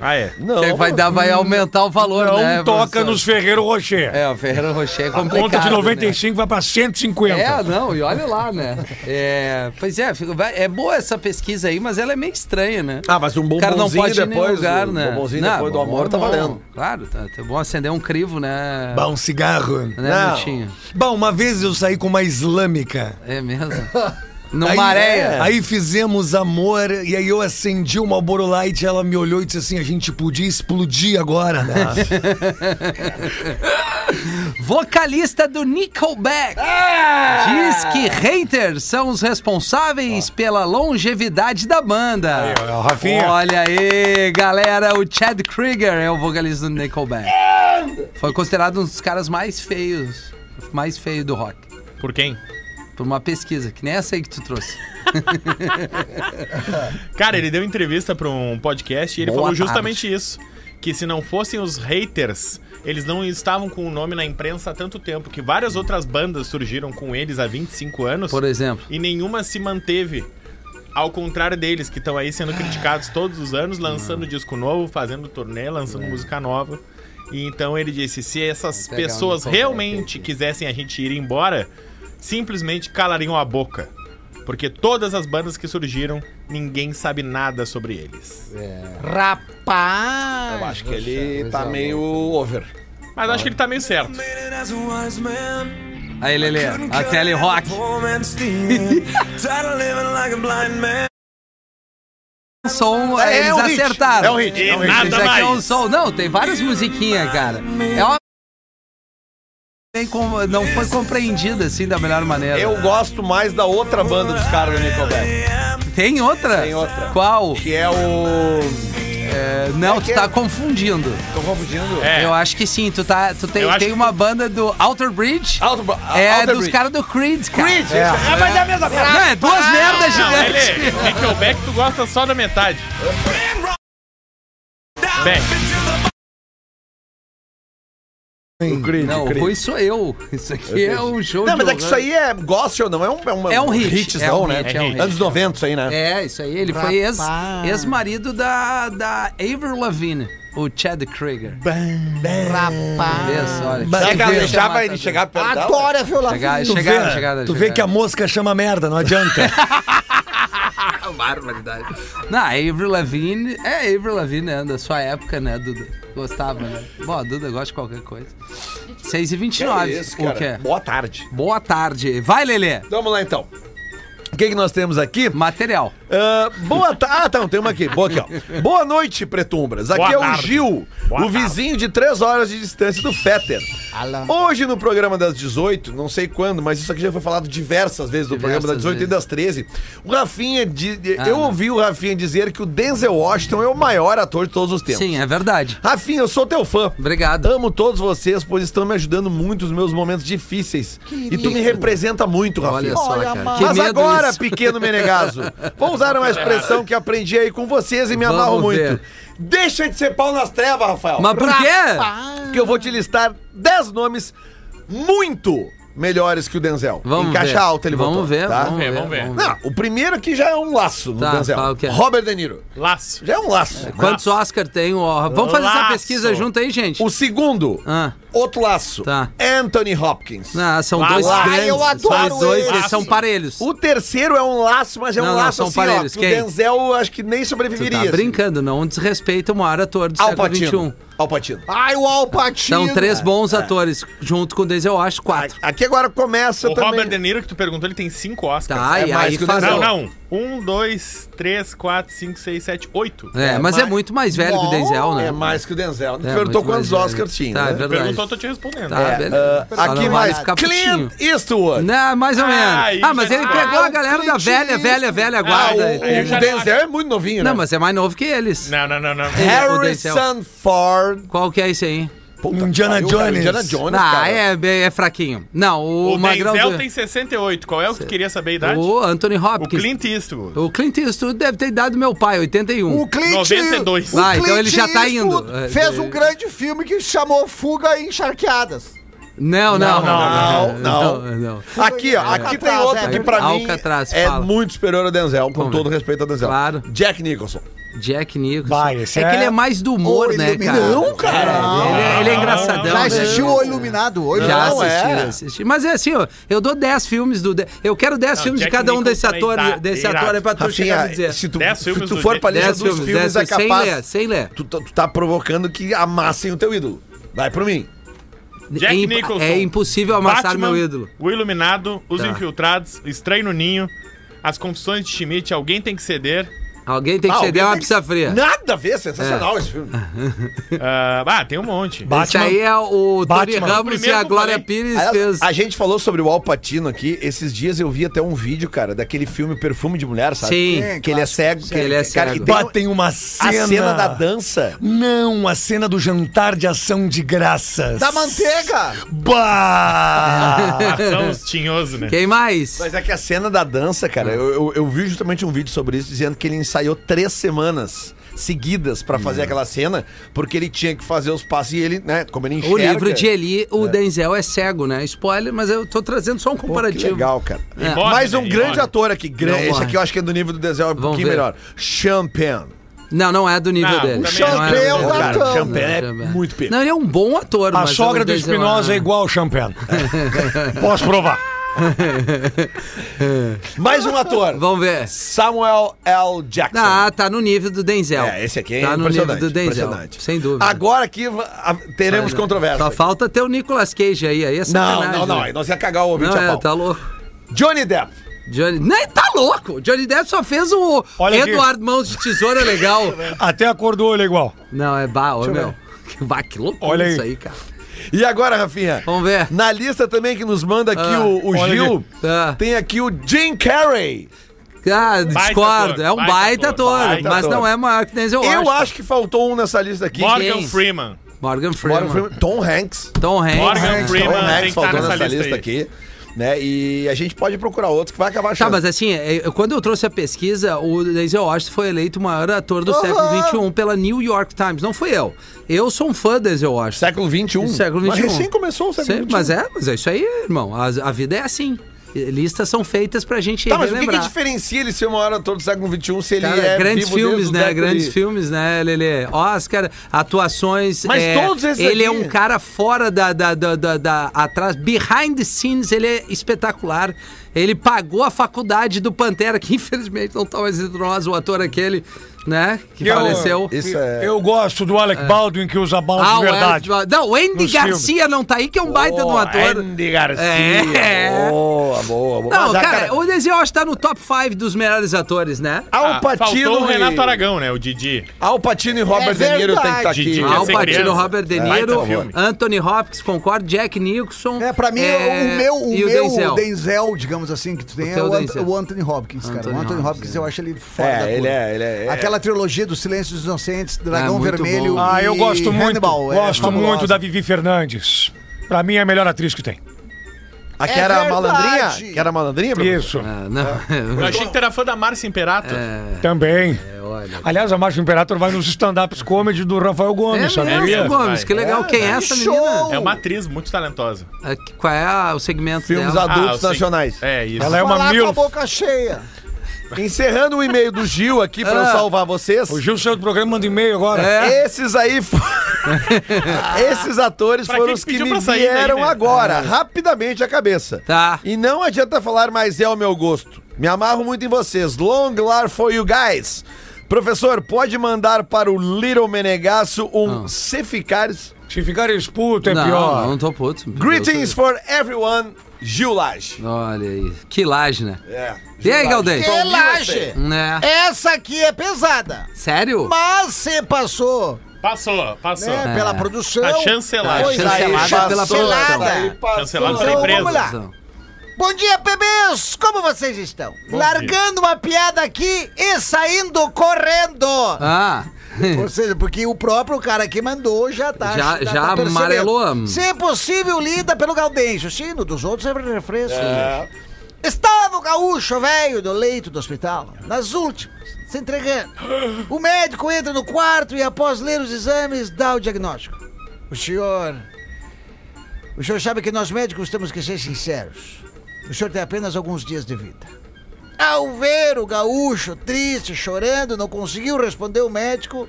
Ah, é. Não. Que vai, dar, vai aumentar o valor, não né? um toca professor? nos Ferreiro Rocher. É, o Ferreira Rocher é complicado. Conta de né? 95 vai pra 150. É, não, e olha lá, né? É, pois é, fica- vai- é boa essa pesquisa aí, mas ela é meio estranha, né? Ah, mas um o cara não bombonzinho pode ir em nenhum depois, lugar, um né? bombonzinho depois do amor tá bom, valendo. Claro, tá, tá bom acender um crivo, né? um cigarro. né, não. Lutinho? Bom, uma vez eu saí com uma islâmica. É *laughs* mesmo? No Aí- é. É. Maréia. Aí fizemos amor, e aí eu acendi o Marlboro Light, ela me olhou e disse assim, a gente podia explodir agora, né? Ah, *laughs* Vocalista do Nickelback Ah! diz que haters são os responsáveis pela longevidade da banda. Aí, ó, é o Rafinha. Olha aí, galera, o Chad Krieger é o vocalista do Nickelback. Foi considerado um dos caras mais feios, mais feio do rock. Por quem? Por uma pesquisa, que nem essa aí que tu trouxe. Cara, ele deu entrevista pra um podcast e ele Boa falou tarde. justamente isso. Que se não fossem os haters, eles não estavam com o nome na imprensa há tanto tempo. Que várias outras bandas surgiram com eles há 25 anos Por exemplo. e nenhuma se manteve. Ao contrário deles, que estão aí sendo criticados todos os anos, lançando disco novo, fazendo turnê, lançando música nova. E então ele disse: se essas pegar pessoas onde qualquer realmente quisessem a gente ir embora, simplesmente calariam a boca. Porque todas as bandas que surgiram, ninguém sabe nada sobre eles. Rapaz! Eu acho que ele tá meio over. Mas acho que ele tá meio certo. Aí, Lelê, a Tele Rock. *laughs* Som, É, eles é um hit, acertaram. é um hit, é um hit. Nada Esse aqui é um mais. som. Não, tem várias musiquinhas, cara. É uma... Bem com- Não foi compreendida assim da melhor maneira. Eu gosto mais da outra banda dos caras do Nickelback, Tem outra? Tem outra. Qual? que é o... É, não, tu tá confundindo. Tô confundindo. É. Eu acho que sim. Tu, tá, tu tem, Eu acho tem que- uma banda do Outer Bridge. Alto, é Alter dos Bridge. caras do Creed, cara. Creed! É, É, mas é a mesma Não, é Ah, duas merdas Não, gigantes. ele, Nickelback, tu gosta só da metade. Bem, Não, o Rui sou eu. Isso aqui é um show Não, de mas é que horror. isso aí é goste ou não, é um, é uma- É um hit, hitzão, é um né? hit, é um hit. Anos 90 isso aí, né? É, isso aí. Ele foi ex- ex-marido da, da Avril Lavigne, o Chad Krieger. Rapaz! Beleza, olha. Mas Será é que ela tu vê- deixava ele chegar perto dela? é Adora violar. Chegar, tu chegaram, vê, chegaram, tu vê é chegaram. que a mosca chama merda, não *laughs* adianta. Ah, barbaridade. Não, a Avril Lavigne... É, a Avril Lavigne, né? Da sua época, né, Duda? Gostava, né? Bom, a Duda gosta de qualquer coisa. 6h29. Que isso, o cara. que é? Boa tarde. Boa tarde. Vai, Lelê. Vamos lá, então. O que, que nós temos aqui? Material. Ah, boa tarde. Ah, tá, não, tem uma aqui. Boa aqui, ó. Boa noite, Pretumbras. Aqui Boa é o tarde. Gil, Boa o vizinho de três horas de distância do Fetter. Alá. Hoje no programa das 18, não sei quando, mas isso aqui já foi falado diversas vezes no Diversas programa das 18 vezes. e das 13. O Rafinha. di- Ah, eu não. ouvi o Rafinha dizer que o Denzel Washington é o maior ator de todos os tempos. Sim, é verdade. Rafinha, eu sou teu fã. Obrigado. Amo todos vocês, pois estão me ajudando muito nos meus momentos difíceis. E tu me representa muito, Rafinha. Olha só, Olha, cara. mano. Que Mas medo agora, isso. pequeno Menegaso, vou usar uma expressão que aprendi aí com vocês e me Vamos amarro ver. muito. Deixa de ser pau nas trevas, Rafael. Mas por quê? Rapaz! Porque eu vou te listar 10 nomes muito melhores que o Denzel. Vamos em caixa ver. alta ele vamos botou, ver, tá? vamos ver, Vamos ver, vamos ver. Não, o primeiro aqui já é um laço no Tá, Denzel. tá, o que é? Robert De Niro. laço. Já é um laço. né? Quantos Oscar tem o Vamos fazer essa Laço. pesquisa junto aí, gente. O segundo, Ah. outro laço. Tá. Anthony Hopkins. Não, são Lá, dois lá. grandes. Eu adoro são dois, esse. eles são parelhos. O terceiro é um laço, mas é Não, um não, laço são assim, parelhos. ó. que Quem? O Denzel, eu acho que nem Tu sobreviveria. tá brincando, não desrespeita o maior ator do Assim. Al século XXI. Pacino. Al Pacino. um. Ai, o Alpatino! São três bons É. atores, junto com o Denzel acho quatro. Aqui agora começa O também. Robert De Niro, que tu perguntou, ele tem cinco Oscars. Tá, é e mais aí que o faz... Denzel. Não, não. Um, dois, três, quatro, cinco, seis, sete, oito. É, mas é muito mais velho que o Denzel, né? É mais que o Denzel. Tu É, perguntou muito mais quantos velho. Oscars tinha. Tá, é né? verdade. Perguntou, eu tô te respondendo. Tá, É, beleza. ah, Só não aqui vai mais. ficar putinho. Clint Eastwood. Não, é mais ou menos. Ah, aí ah, mas já- ele pegou Ah, a galera o da Clint velha, velha, velha guarda. Ah, o, Ele- o Denzel é muito novinho, né? Não, mas é mais novo que eles. Não, não, não, não. o Denzel. Harrison Ford. Qual que é esse aí? Puta, Indiana pariu, cara, Jones. Indiana Jones, Ah, cara. é, bem- é fraquinho. Não, o, O Magrão... Denzel do- tem 68. Qual é o que tu queria saber a idade? O Anthony O Hopkins. Clint Eastwood. O Clint Eastwood deve ter idade do meu pai, 81. O Clint, 92. o Ah, então Clint ele já tá indo. Eastwood É, Fez é. um grande filme que chamou Fuga em Encharqueadas. Não, não. não, não. não. Aqui, ó. Aqui tem Alcatraz, outro é que pra mim Alcatraz, é fala. muito superior ao Denzel, com Como todo é? respeito ao Denzel. Claro. Jack Nicholson. Jack Nicholson. Vai, esse é, que é- ele é mais do humor, Ô, né, cara? Não, cara. Ah, Ele, é- ele é engraçadão. Já né? assistiu O Iluminado hoje? Já Não, assisti, é. já assisti. Mas é assim, ó, eu dou 10 filmes do. de- Eu quero 10 Não, filmes de Jack cada um desse Nicholson é ator, irado, desse é irado. ator aí pra tu chegar e Rafinha, dizer. se tu, Dez Então, se filmes tu do for Jack- pra lista 10 dos filmes, filmes, 10 é filmes, sem ler, capaz... sem ler. Tu, tá- tu tá provocando que amassem o teu ídolo. Vai pra mim. é, Jack imp- Nicholson. é impossível amassar Batman, meu ídolo. O Iluminado, Os Tá. Infiltrados, Estranho no Ninho, As Confissões de Schmidt, Alguém Tem *laughs* Que Ceder. Alguém tem que Ah, ceder alguém uma tem que- pizza fria. É. Nada a ver, sensacional esse filme. ah, ah, tem um monte. Esse aí é o Tony Batman. Ramos e Primeiro a que eu Glória falei. Pires Aliás, fez. A gente falou sobre o Al Pacino aqui. Esses dias eu vi até um vídeo, cara, daquele filme Perfume de Mulher, sabe? Sim. Que ele é cego. Que ele é Cara, cego. e tem Batem uma a cena. cena... da dança. Não, a cena do jantar de ação de graças. Da manteiga. Bah! É, São os tinhosos, *laughs* né? Quem mais? Mas é que a cena da dança, cara, Ah. eu, eu- eu vi justamente um vídeo sobre isso dizendo que ele ensaiou três semanas seguidas pra fazer Hum. aquela cena, porque ele tinha que fazer os passos e ele, né, como ele O enxerga... livro de Eli, o Denzel é cego, né? Spoiler, mas eu tô trazendo só um Pô, que comparativo. legal, cara. É. Morre, Mais um né? grande Morre. ator aqui. gran- Não Esse morre. aqui eu acho que é do nível do Denzel, é um Vamos pouquinho ver. melhor. Champagne. Não, não é do nível Ah, dele. também Não não. do nível Champagne é o dele. Cara, gatão. Champagne é muito pica. Não, ele é um bom ator, A mas o sogra do Denzel Espinosa é é igual ao Champagne. Posso *laughs* provar. Mais um ator. Vamos ver. Samuel L. Jackson. Ah, tá no nível do Denzel. É, esse aqui é Tá no nível impressionante, do Denzel, impressionante. sem dúvida. Agora aqui va- a- teremos Mas, controvérsia. Só falta ter o Nicolas Cage aí, aí é Não, sacanagem. não, não. né? aí Nós ia cagar o ouvinte Não, a é, pau. tá louco. Johnny Depp. Johnny... Não, tá louco. Johnny Depp só fez o Olha aqui. Eduardo Mãos de Tesoura legal. Até a cor do olho é igual. não, é bah, ô meu. Bah, *laughs* que loucura Olha aí. isso aí, cara. E agora, Rafinha? Vamos ver. Na lista também que nos manda aqui Ah, o, o olha Gil, Tá. tem aqui o Jim Carrey. Ah, discordo. ator, é um baita, baita ator, ator, baita mas ator. não é maior que Denzel Eu Washington. acho que faltou um nessa lista aqui. Morgan quem? Freeman. Morgan Bora, Freeman. Freeman. Tom Hanks. Tom Hanks. Tá, Morgan Freeman Tom tem Hanks que estar Então, faltou nessa nessa lista, lista aí. aqui. Né? E a gente pode procurar outros que vai acabar Tá, achando. mas assim, é, eu- quando eu trouxe a pesquisa, o Denzel Washington foi eleito o maior ator do século XXI pela New York Times. Não fui eu. Eu sou um fã do Denzel Washington. Século XXI. Século Mas XXI. recém começou o século um. Sim, XXI. Mas é, mas é isso aí, irmão. A, a vida é assim. Listas são feitas pra gente Tá, mas o que, que relembrar. diferencia ele ser o maior ator do século XXI se ele Cara, é grandes vivo filmes, desde o né? década Grandes de- filmes, né, Lelê? Oscar, atuações. Mas é, todos esses Ele é aqui- um cara fora da, da, da, da, da- Atrás. Behind the scenes, ele é espetacular. Ele pagou a faculdade do Pantera, que infelizmente não tá mais entre nós, o ator aquele, né? Que Eu- faleceu. Isso é... Eu gosto do Alec Baldwin que usa balde Ah, de o verdade. Ed- Não, o Andy Nos Garcia não tá aí, que é um baita de um ator. Andy Garcia. É. Boa, boa, boa. Não, Mas, ah, cara, o Denzel Washington tá no top 5 dos melhores atores, né? Al Ah, Pacino faltou o Renato e... Aragão, né? O Didi. Al Pacino e Robert De Niro tem que estar verdade. aqui. Didi, é Al ser Pacino, criança. Robert De É. Niro, Baita filme. Anthony Hopkins, concordo, Jack Nicholson. É, pra mim, o meu, o e meu Denzel. Denzel. digamos assim, que tu tem, O é teu o, Ant- Denzel. o Anthony Hopkins, cara. Anthony o Anthony Hopkins, Hopkins, é. eu acho ele foda. É, da ele cor. é- ele é- Aquela trilogia do Silêncio dos Inocentes, Dragão muito Vermelho. bom. Ah, eu e gosto muito. Hannibal, é gosto fabulosa. muito da Vivi Fernandes. Pra mim é a melhor atriz que tem. Aqui É era a verdade. malandrinha? Que era a malandrinha? Bruno? Isso. Ah, não. *laughs* Eu achei que tu era fã da Márcia Imperato. Também. Olha. É. Aliás, a Márcia Imperator vai nos stand-ups comedy do Rafael É Gomes, mesmo, sabe? mesmo, Gomes, vai. que legal. Quem é essa menina? É uma atriz muito talentosa. Ah, que- Qual é a- o segmento Filmes dela? Ah, eu adultos sei. nacionais. É isso. Ela é uma Falar com a mil. boca cheia. Encerrando o e-mail do Gil aqui pra eu Ah. salvar vocês. O Gil saiu do programa manda e-mail agora. É. Esses aí fo- *laughs* Esses atores Pra foram que os que que pediu me pra sair daí, vieram né? agora, rapidamente à cabeça. Tá. E não adianta falar, mas é o meu gosto. Me amarro muito em vocês. Long life for you guys. Ah. Professor, pode mandar para o Little Menegasso um se ficares? Se ficarem expulso é não, pior. não tô puto. Greetings for everyone, Gil Lage. Olha aí. Que laje, né? É. E aí, Lage. Galdês? Então, Relaxe. Né? Essa aqui é pesada. Sério? Mas você passou né, Passou, passou. né, É. pela produção. Tá chancelada. Foi Chancelada chancelada. pela Daí passou. Cancelado pela Então, empresa. vamos lá. Bom dia, bebês! Como vocês estão? Bom Largando uma piada aqui e saindo correndo! Ah. *laughs* Ou seja, porque o próprio cara que mandou já tá. Já- já percebendo. amarelou. Se é possível, lida pelo Gaudêncio. Sim, no dos outros é refresco. Estava o gaúcho velho do leito do hospital, nas últimas, se entregando. O médico entra no quarto e, após ler os exames, dá o diagnóstico. O senhor. O senhor sabe que nós médicos temos que ser sinceros. O senhor tem apenas alguns dias de vida. Ao ver o gaúcho triste, chorando, não conseguiu responder o médico,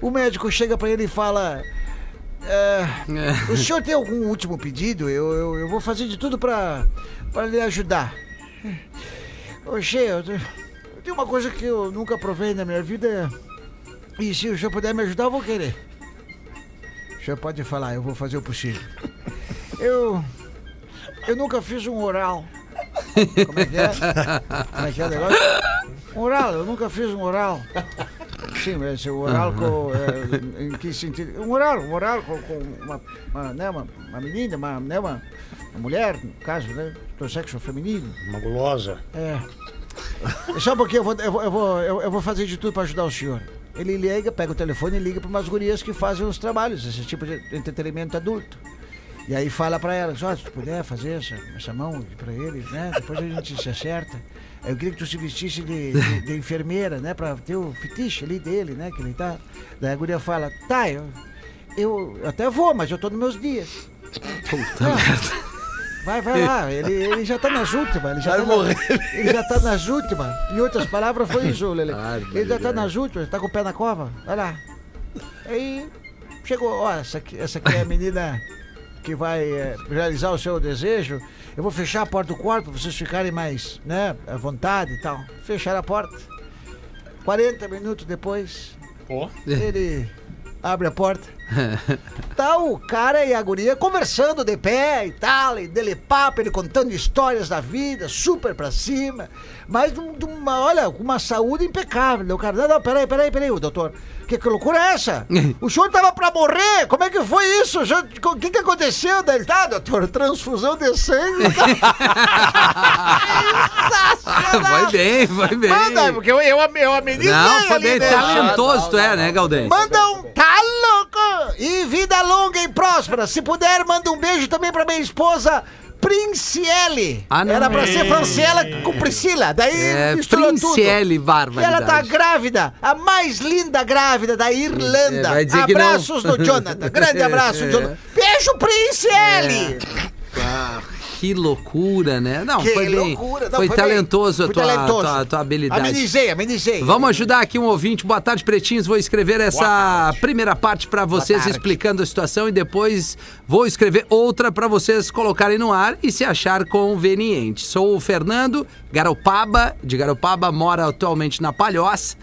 o médico chega pra ele e fala: "Ah, O senhor tem algum último pedido? Eu, eu, eu vou fazer de tudo pra, pra lhe ajudar. Oxê, eu, te- eu tenho uma coisa que eu nunca provei na minha vida e se o senhor puder me ajudar, eu vou querer. O senhor pode falar, eu vou fazer o possível. Eu. Eu nunca fiz um oral. Como é que é? Como é que é o negócio? Um oral, eu nunca fiz um oral. Sim, mas o oral com, é, em que sentido? Um oral, um oral com, com uma, uma, né, uma, uma menina, uma, né, uma, uma mulher, no caso, né? Do sexo feminino. Uma gulosa. É. Só um pouquinho, eu vou, eu, vou- eu, vou, eu, eu vou fazer de tudo pra ajudar o senhor. Ele liga, pega o telefone e liga pra umas gurias que fazem os trabalhos, esse tipo de entretenimento adulto. E aí fala pra elas, ó, se tu puder fazer essa, essa mão pra eles, né? Depois a gente se acerta. Eu queria que tu se vestisse de, de- de enfermeira, né? Pra ter o fetiche ali dele, né? Que ele tá. Daí a guria fala, tá, eu, eu até vou, mas eu tô nos meus dias. Puta merda. Vai, vai lá, ele, ele já tá nas últimas. Ele já tá na- ele já tá nas últimas. Em outras palavras, foi isso, Lele. Ele já tá nas últimas, tá com o pé na cova. Vai lá. Aí chegou, ó, essa aqui, essa aqui é a menina que vai eh, realizar o seu desejo. Eu vou fechar a porta do quarto pra vocês ficarem mais, né, à vontade e tal. Fechar a porta. 40 minutos depois, Pô. ele abre a porta. *laughs* tá o cara e a guria conversando de pé e tal, e dele papo, ele contando histórias da vida, super pra cima. Mas de um- de uma, olha, com uma saúde impecável. né? O cara, não, não, peraí, peraí, peraí, o doutor. Que, que loucura é *laughs* essa? O senhor tava pra morrer? Como é que foi isso? O senhor- co- que, que aconteceu? Daí Ele, tá, doutor, transfusão de sangue. *laughs* *laughs* Vai bem, vai bem. É Manda, porque eu, eu, eu amenizei Não, foi ali, bem né? talentoso tu é, né, Galdês? Manda um tá louco! E vida longa e próspera. Se puder, manda um beijo também pra minha esposa. Princiele. Ah, não. Era pra ser Ei. Franciela com Priscila. Daí É, misturou tudo. Princiele, E ela tá barbaridade. grávida, a mais linda grávida da É, Irlanda. vai dizer que não. Abraços do Jonathan. Grande *laughs* abraço, É. Jonathan. Beijo, Princiele! Que loucura, né? Não, Que foi bem. loucura. Não, foi, foi bem. talentoso a Foi tua, talentoso. Tua, tua habilidade. Amenizei, amenizei. Vamos ajudar aqui um ouvinte. Boa tarde, pretinhos. Vou escrever essa primeira parte pra vocês tarde. explicando a situação e depois vou escrever outra pra vocês colocarem no ar e se achar conveniente. Sou o Fernando Garopaba, de Garopaba, mora atualmente na Palhoça.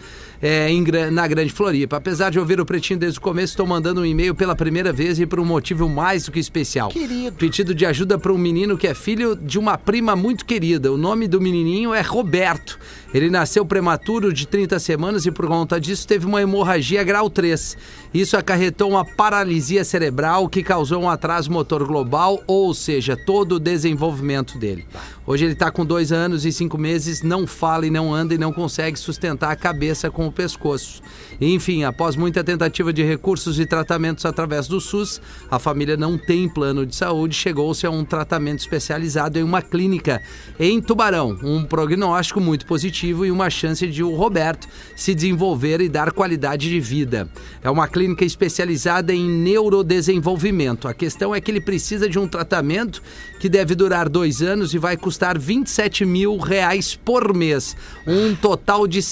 é, em Gra- na Grande Floripa. Apesar de ouvir o Pretinho desde o começo, estou mandando um e-mail pela primeira vez e por um motivo mais do que especial. Querido. Pedido de ajuda para um menino que é filho de uma prima muito querida. O nome do menininho é Roberto. Ele nasceu prematuro de 30 semanas e por conta disso teve uma hemorragia grau 3. Isso acarretou uma paralisia cerebral que causou um atraso motor global, ou seja, todo o desenvolvimento dele. Hoje ele está com dois anos e cinco meses, não fala e não anda e não consegue sustentar a cabeça com o pescoço. Enfim, após muita tentativa de recursos e tratamentos através do SUS, a família não tem plano de saúde, chegou-se a um tratamento especializado em uma clínica em Tubarão. Um prognóstico muito positivo e uma chance de o Roberto se desenvolver e dar qualidade de vida. É uma clínica especializada em neurodesenvolvimento. A questão é que ele precisa de um tratamento que deve durar dois anos e vai custar 27 mil reais por mês. Um total de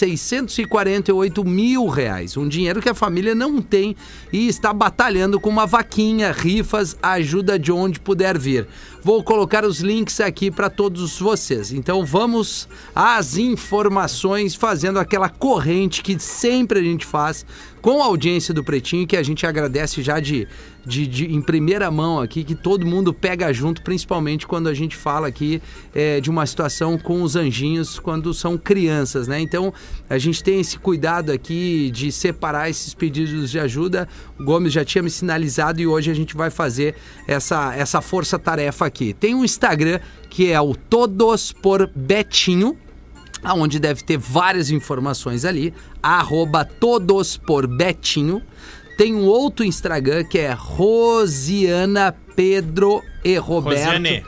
648 mil reais. Um dinheiro que a família não tem e está batalhando com uma vaquinha, rifas, ajuda de onde puder vir. Vou colocar os links aqui para todos vocês. Então vamos às informações, fazendo aquela corrente que sempre a gente faz com a audiência do Pretinho, que a gente agradece já de, de, de- em primeira mão aqui, que todo mundo pega junto, principalmente quando a gente fala aqui eh, de uma situação com os anjinhos quando são crianças, né? Então a gente tem esse cuidado aqui de separar esses pedidos de ajuda. O Gomes já tinha me sinalizado e hoje a gente vai fazer essa, essa força-tarefa aqui. Tem um Instagram que é o Todos por Betinho aonde deve ter várias informações ali, arroba todos por Betinho. Tem um outro Instagram que é Rosiana Pedro e Roberto. Rosiane.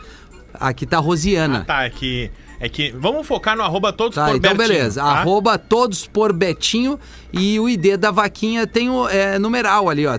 Aqui tá Rosiana. Ah, tá, é que, é que. Vamos focar no arroba todos Tá, por então Bertinho, beleza. tá? Arroba todos por Betinho e o ID da vaquinha tem o é, numeral ali, ó,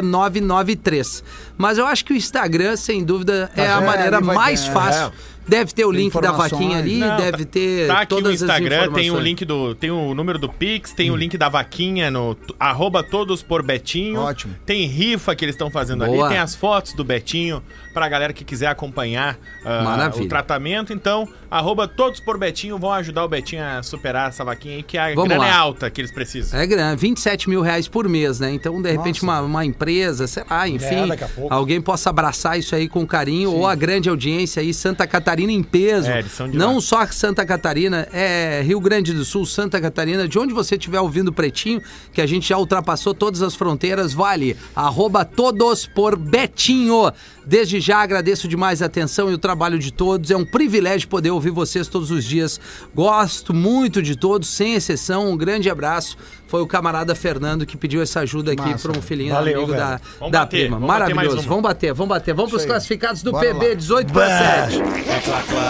3376993. Mas eu acho que o Instagram, sem dúvida, é a é, maneira ali vai mais ter, fácil. Deve ter o link da informações. vaquinha ali, Não, deve ter Tá aqui todas o as Instagram, informações. Hum. tem o link do. Tem o número do Pix, tem o link da vaquinha no t- arroba todos por Betinho. Ótimo. Tem rifa que eles estão fazendo Boa. ali, tem as fotos do Betinho pra galera que quiser acompanhar ah, Maravilha. o tratamento. Então, arroba todos por Betinho vão ajudar o Betinho a superar essa vaquinha aí, que a Vamos grana lá. é alta que eles precisam. É grande, 27 mil reais por mês, né? Então, de repente, uma, uma empresa, sei lá, enfim, daqui a pouco. alguém possa abraçar isso aí com carinho, ou a grande audiência aí, Santa Catarina em peso. É, eles são de Não lá. só Santa Catarina, é Rio Grande do Sul, Santa Catarina, de onde você estiver ouvindo Pretinho, que a gente já ultrapassou todas as fronteiras, vale, arroba todos por Betinho. Desde já agradeço demais a atenção e o trabalho de todos, é um privilégio poder ouvir vocês todos os dias. Gosto muito de todos, sem exceção, um grande abraço. Foi o camarada Fernando que pediu essa ajuda aqui para um filhinho Valeu, amigo velho. da, Vamos da bater, prima. vamos bater mais Maravilhoso, uma. vamos bater, vamos bater. Vamos para os classificados do PB, 18 para 7.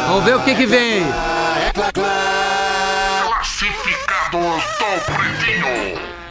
Vamos ver o que que vem.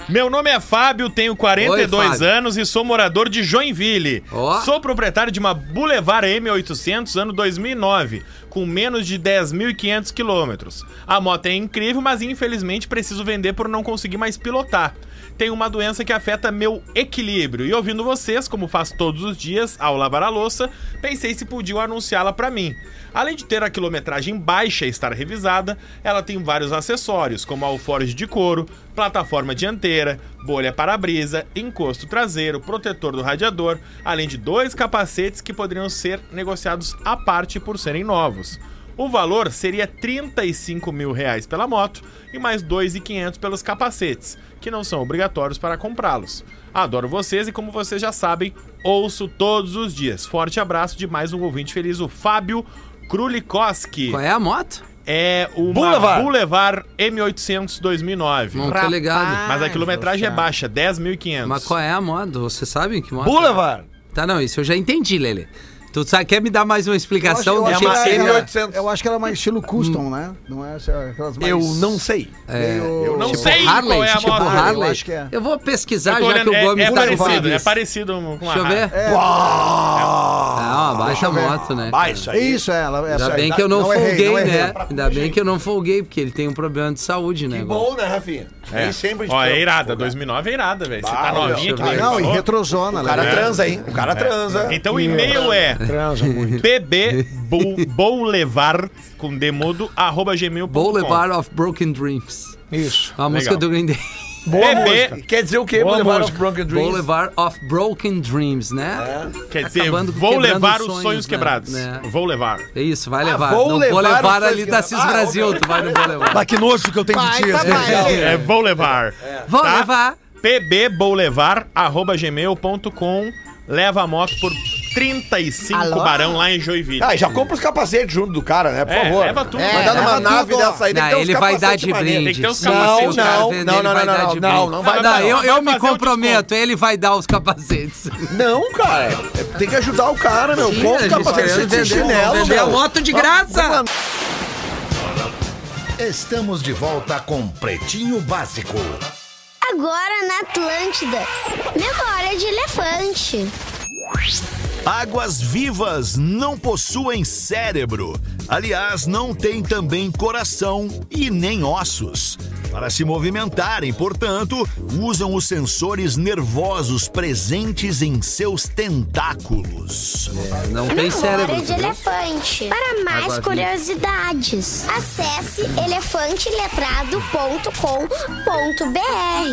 Meu nome é Fábio, tenho 42 Oi, Fábio. anos e sou morador de Joinville. Ó. Sou proprietário de uma Boulevard M800 ano 2009, com menos de 10.500 quilômetros. A moto é incrível, mas infelizmente preciso vender por não conseguir mais pilotar. Tenho uma doença que afeta meu equilíbrio e ouvindo vocês, como faço todos os dias ao lavar a louça, pensei se podiam anunciá-la pra mim. Além de ter a quilometragem baixa e estar revisada, ela tem vários acessórios, como alforge de couro, plataforma dianteira, bolha para-brisa, encosto traseiro, protetor do radiador, além de dois capacetes que poderiam ser negociados à parte por serem novos. O valor seria 35 mil reais pela moto e mais 2.500 pelos capacetes, que não são obrigatórios para comprá-los. Adoro vocês e como vocês já sabem, ouço todos os dias. Forte abraço de mais um ouvinte feliz, o Fábio Krulikoski. Qual é a moto? É uma Boulevard. Boulevard M800 2009. Não tô ligado. Mas a quilometragem é baixa, 10.500. Mas qual é a moda? Você sabe que moda? Boulevard. Tá, não, isso eu já entendi, Lele. Tu sabe, quer me dar mais uma explicação? Eu acho Deixa que é eu era- uma te- era- 1800. Eu acho que era mais estilo custom, né? Não é essa- aquelas mais... Eu não sei. É, eu não tipo sei Harley, qual é a tipo moto. Harley. Eu acho que é. Eu vou Eu pesquisar tô já olhando, que o Gomes é, é tá parecido, envolvido. é parecido com a Deixa eu ver. É. Ah, uma baixa moto, né? Baixa Ah, aí. Isso, é, ela... Ainda essa- bem que eu não, errei, folguei, não errei. né? Ainda bem que eu não folguei, porque ele tem um problema de saúde, né? Que agora. bom, né, Rafinha? É. Nem sempre a gente Ó, tem é um irada, lugar. 2009 é irada, velho. Você tá Bah, novinha deixa aqui. eu ver. Ah, Não, e falou. retrozona, O cara né? transa, hein? O cara transa. Então o e-mail é Transa muito. pb bu- boulevard com demudo arroba gmail.com. Boulevard of Broken Dreams. É Isso. Uma música do Green Day. Boa música. pb Quer dizer o quê? Boa Boulevard música. of Broken Dreams? Boulevard of Broken Dreams, né? quer dizer Acabando com- vou quebrando levar os sonhos, sonhos, né? quebrados. Né. Vou levar. É isso, vai levar. Ah, vou não, levar vou levar os dois ali que- da Cis Ah, Brasil, tu vai no Boulevard. Mas que nojo que eu tenho de ti. tá Vai, esse papai. legal. É, vou levar. Vou Tá? levar. pbboulevard arroba gmail.com leva a moto por 35 barão lá em Joinville. Ah, e já compra os capacetes junto do cara, né? Por É, favor. leva tudo. Vai dar numa leva nave tudo, ó. dessa aí. tem que Não, ter uns ele vai dar de capacete maneiro. brinde. Tem que ter uns Se capacetes. o cara não, vender, não, ele não, vai não, dar não, de não, brinde. não vai Não, dar, eu, não. eu Vai me fazer o comprometo, ele vai dar os capacetes. Não, cara. É, Tem que ajudar o cara, meu. Sim, Compra a o gente capacete querendo de vender, chinelo, vender a meu. moto de graça. Estamos de volta com Pretinho Básico. Agora na Atlântida. Memória de elefante. Águas vivas não possuem cérebro. Aliás, não tem também coração e nem ossos. Para se movimentarem, portanto, usam os sensores nervosos presentes em seus tentáculos. não Memória de elefante. Para mais Agora, curiosidades, acesse elefanteletrado.com.br.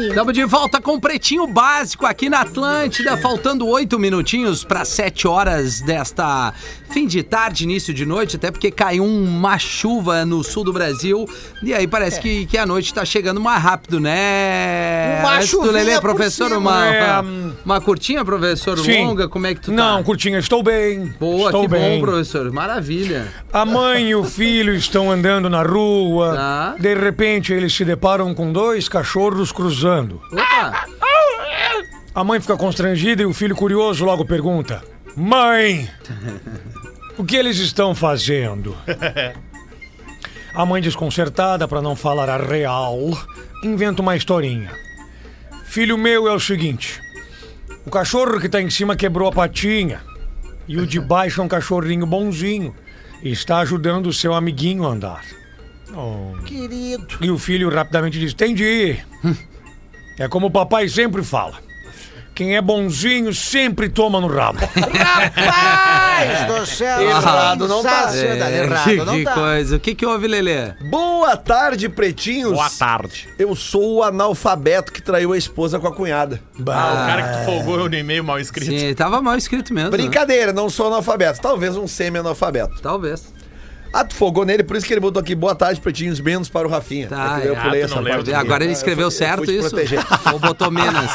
Estamos de volta com o Pretinho Básico aqui na Atlântida, faltando oito minutinhos para sete horas desta fim de tarde, início de noite, até porque caiu uma chuva no sul do Brasil e aí parece que, que a noite está chegando mais rápido, né? Uma Antes do chuvinha Lelê, por professor, cima. uma, É, uma, uma curtinha, professor, Sim. longa, como é que tu tá? Não, curtinha, estou bem. Boa, estou que bem. bom, professor, maravilha. A mãe e o filho estão andando na rua. Tá. De repente, eles se deparam com dois cachorros cruzando. Opa! A mãe fica constrangida e o filho curioso logo pergunta: Mãe, o que eles estão fazendo? A mãe, desconcertada para não falar a real, inventa uma historinha. Filho meu é o seguinte: o cachorro que tá em cima quebrou a patinha e o de baixo é um cachorrinho bonzinho e está ajudando o seu amiguinho a andar. Querido. E o filho rapidamente diz: Entendi. É como o papai sempre fala: quem é bonzinho sempre toma no *laughs* rabo. É. Rapaz do céu. Errado não tá. sensacional. Errado não *laughs* que tá. coisa. O que, que houve, Lelê? Boa tarde, pretinhos. Boa tarde. Eu sou o analfabeto que traiu a esposa com a cunhada. Ah, o cara que tu folgou eu no e-mail mal escrito. Sim, tava mal escrito mesmo. né? Brincadeira, não sou analfabeto. Talvez um semi-analfabeto. Talvez. Ah, tu fogou nele, por isso que ele botou aqui boa tarde, pretinhos, menos para o Rafinha. Tá, É que eu ah, pulei tu essa não leu, parte. tu não Agora ele Eu escreveu fui- eu certo fui te isso? proteger. *laughs* Ou botou menos?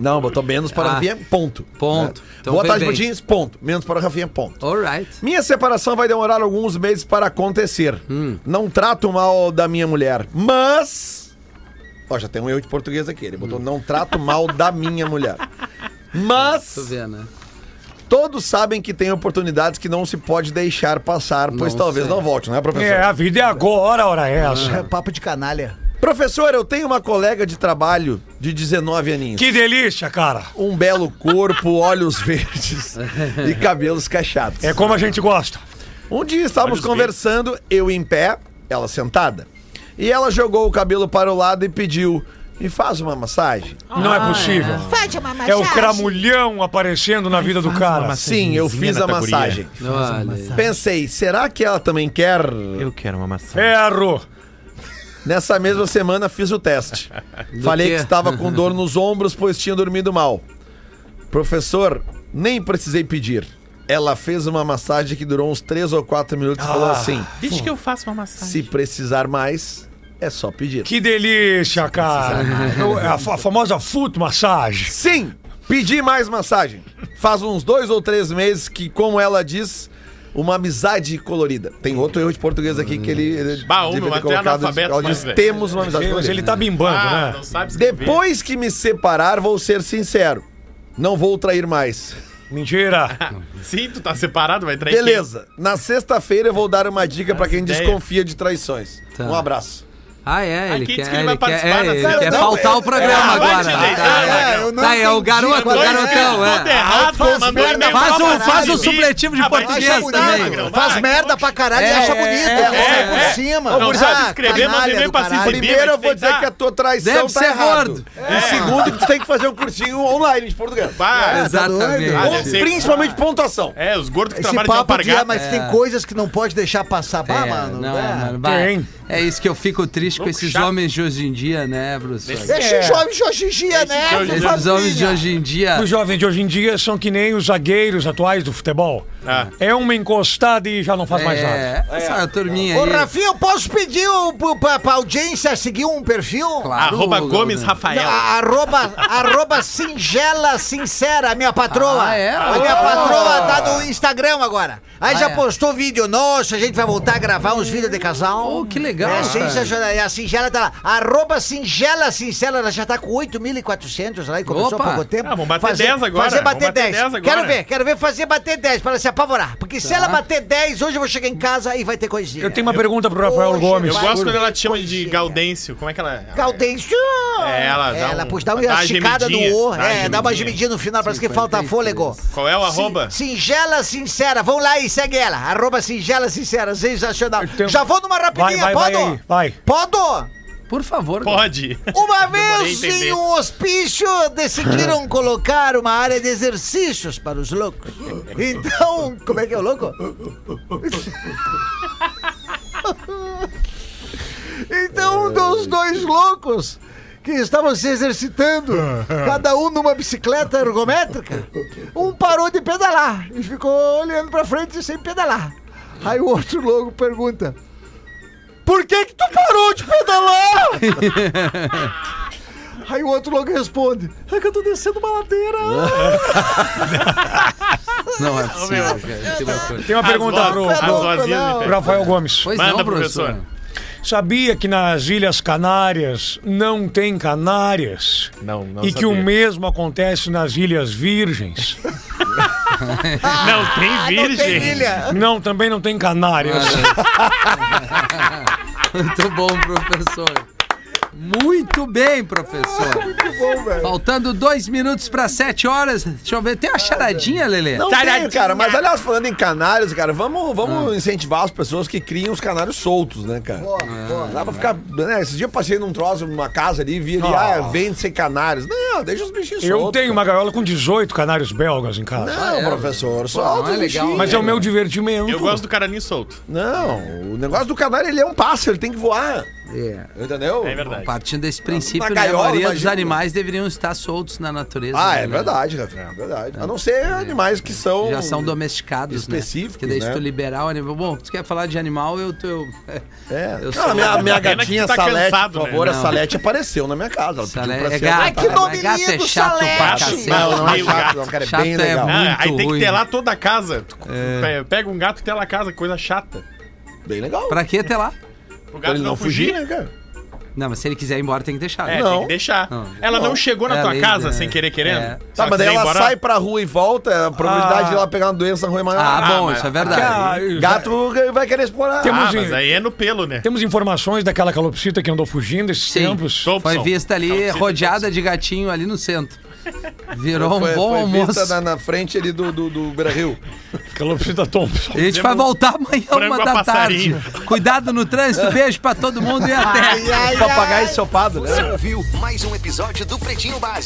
Não, botou menos para o Ah. Rafinha, ponto. Ponto. Né? Então boa vem tarde, bem. pretinhos, ponto. Menos para o Rafinha, ponto. Alright. Minha separação vai demorar alguns meses para acontecer. Hum. Não trato mal da minha mulher, mas. Ó, já tem um erro de português aqui. Ele Hum. botou não trato mal da *laughs* minha mulher. Tô Mas vendo, né? todos sabem que tem oportunidades que não se pode deixar passar, pois Não talvez sei. não volte, não é, professor? É, a vida é agora, hora essa. É papo de canalha. Professor, eu tenho uma colega de trabalho de 19 aninhos. Que delícia, cara. Um belo corpo, olhos verdes e cabelos cacheados. É como a gente gosta. Um dia estávamos Olhos conversando, eu em pé, ela sentada. E ela jogou o cabelo para o lado e pediu: Me faz uma massagem? Não é possível. Ah, Faz uma É o cramulhão aparecendo na vida do cara. Sim, eu fiz a massagem. Olha. Pensei, será que ela também quer? Eu quero uma maçã. É, Ferro. Nessa mesma semana fiz o *laughs* teste. Falei quê? que estava com dor nos ombros, pois tinha dormido mal. Professor, nem precisei pedir. Ela fez uma massagem que durou uns 3 ou 4 minutos e falou assim: Ah, Deixa que eu faço uma se massagem. precisar mais, é só pedir. Que delícia, cara. Eu- A, fa- a famosa foot massagem. Sim, pedi mais massagem. Faz uns dois ou três meses que, como ela diz, uma amizade colorida. Tem outro erro de português aqui que ele, ele Bah, homem, até analfabeto, Ela mas, é. diz, velho. temos uma amizade Mas colorida. ele tá bimbando, Ah, né? não sabe escrever. Depois que me separar, vou ser sincero. Não vou trair mais. Mentira. Sim, tu tá separado, vai trair Beleza. Na sexta-feira eu vou dar uma dica pra quem ideia. desconfia de traições. Tá. Um abraço. Ah, é, ele Aqui quer, diz que ele ele vai quer, participar é, da ele série. quer Não, pautar é- o programa é, vai agora. te Tá, deitar, tá, Magrão. é, eu não tá, é o entendi garoto, qual o é. garotão, Tudo é. errado, faz mandou merda e-mail Faz pra um, faz um caralho. supletivo de Ah, vai português achar bonito, também. Magrão, vai. Faz merda pra caralho É, e acha é, bonito. é, É, é, é. por cima. Não, gurizada, Ah, escrever, manda canalha e-mail do pra si, caralho. Bebê, Primeiro eu vai te vou dizer deitar. que a tua traição Deve tá ser errado. gordo. E segundo, que tu tem que fazer um cursinho online de português. Vai. Exatamente. Ah, deve Ou ser- principalmente pontuação. É, os gordos que Esse trabalham de papo de, ah, alpargata. mas tem coisas que não pode deixar passar. Bah, É, mano. não, é, é. mano, vai. Tem. É isso que eu fico triste com Louco esses chato. homens de hoje em dia, né, professor? Deixa os jovens de hoje em dia, né? jovens de Esses homens de hoje em dia. Os jovens de hoje em dia são que nem os zagueiros atuais do futebol. Ah. É uma encostada e já não faz mais nada. É, essa turminha Ô, aí. Rafinha, eu posso pedir o, pro- pra, pra audiência seguir um perfil? Claro, Ah, Arroba o- Gomes Não, Rafael. a- arroba, arroba singela sincera, a minha patroa. Ah, é? A minha Oh! patroa tá no Instagram agora. Aí Ah, já é. postou vídeo nosso, a gente vai voltar a gravar uns vídeos de casal. Oh, que legal, É cara. sensacional. E a singela tá lá. Arroba singela sincera, ela já tá com 8.400 lá e começou Opa. há pouco tempo. Ah, vamos bater 10 agora, Fazer bater, vamos bater 10. 10 agora. Quero ver, quero ver fazer bater 10 pra ela se apavorar. Porque se Tá. ela bater 10, hoje eu vou chegar em casa e vai ter coisinha. Eu tenho uma pergunta pro Rafael Hoje Gomes. Eu vai- gosto quando ela te chama de Coisinha. Gaudêncio. Como é que ela. Gaudêncio! É, ela dá ela um- puxa, dá uma dá uma esticada no gemidinha, O, dá uma é, dá uma gemidinha. gemidinha no final, parece que falta 53. fôlego. Qual é o arroba? Singela Sincera, vão lá e segue ela. Arroba Singela Sincera, sensacional. Eu tenho- Já vou numa rapidinha, Então, Vai, vai, vai podo? aí, vai. Podo! Por favor. Pode. Uma *laughs* Demorei a vez entender. em um hospício, *laughs* decidiram colocar uma área de exercícios para os loucos. Então, como é que é o louco? Então, um dos dois loucos que estavam se exercitando, cada um numa bicicleta ergométrica, um parou de pedalar e ficou olhando pra frente sem pedalar. Aí o outro louco pergunta: Por que que tu parou de pedalar? Aí o outro logo responde: É que eu tô descendo uma ladeira. *laughs* Não é possível, cara. Que loucura. Tem uma pergunta pro, As pro vozinhas me pegam. Rafael Gomes. Pois Manda, não, professor. professor. Sabia que nas Ilhas Canárias não tem canárias? Não, não E que o sabia. mesmo acontece nas Ilhas Virgens? Ah, Não tem virgem. Não, também não tem canárias. Muito bom, professor. Muito bem, professor. Faltando dois minutos para sete horas. Deixa eu ver, tem uma charadinha, Lelê? Ah, Não tem, cara, mas aliás, falando em canários, cara, vamos, vamos Hum. incentivar as pessoas que criam os canários soltos, né, cara? Ah. Dá pra ficar. Né, esses dias eu passei num troço, numa casa ali, vi ali, ah, vende sem canários. Não, deixa os bichinhos Eu soltos. tenho uma gaiola com 18 canários belgas em casa. Não, Ah, é? professor, não solta é os legal, bichinhos. Mas é o meu divertimento. Eu gosto do caraninho solto. Não, o negócio do canário, ele é um pássaro, ele tem que voar. É. Entendeu? É verdade. Partindo desse princípio, Uma né, Tá gaiola, a maioria dos imagina. animais deveriam estar soltos na natureza. Ah, né, é né? verdade, Rafael, é verdade. A não ser animais que são. Já são domesticados, né? específicos, Porque daí se né? tu liberar o animal... Bom, tu quer falar de animal, eu... *laughs* tô- eu- É. Eu Não, sou- a minha, a minha Pena que gatinha tu tá Salete, cansado, por favor, né? a Não. Salete apareceu na minha casa. Ela Salé- pediu pra é ser gato, adotada. né? Mas gato é chato pra Gato, cacete. Não, não é Meio chato, gato. não, cara. É Chato bem é legal. muito Ah, aí tem ruim. que ter lá toda a casa. Tu pe- Pega um gato e tela a casa, coisa chata. Bem legal. Pra que ter lá? Pro Pra gato ele não, fugir. né, cara? Não, mas se ele quiser ir embora, tem que deixar. É, né? tem Não. que deixar. Não. Ela não, Não. chegou na É, tua além- casa é. sem querer querendo. É. Se Tá, mas daí quiser ir ela embora- sai pra rua e volta, a probabilidade Ah. de ela pegar uma doença ruim é maior. Ah, bom, um mas- isso é verdade. Ah, eu- Gato vai querer explorar. Tem- Ah, Temos mas em- aí é no pelo, né? Temos informações daquela calopsita que andou fugindo esses Sim. tempos. Thompson. Foi vista ali, Calcita, rodeada de gatinho ali no centro. Virou um bom vista almoço. na, na frente ali do, do, do Beira Rio. Calopsita Thompson. A gente um vai voltar amanhã, Frango uma a da passarinho. tarde. Cuidado no trânsito, beijo pra todo mundo e até. Papagaio ensopado, né? Você ouviu mais um episódio do Pretinho Básico.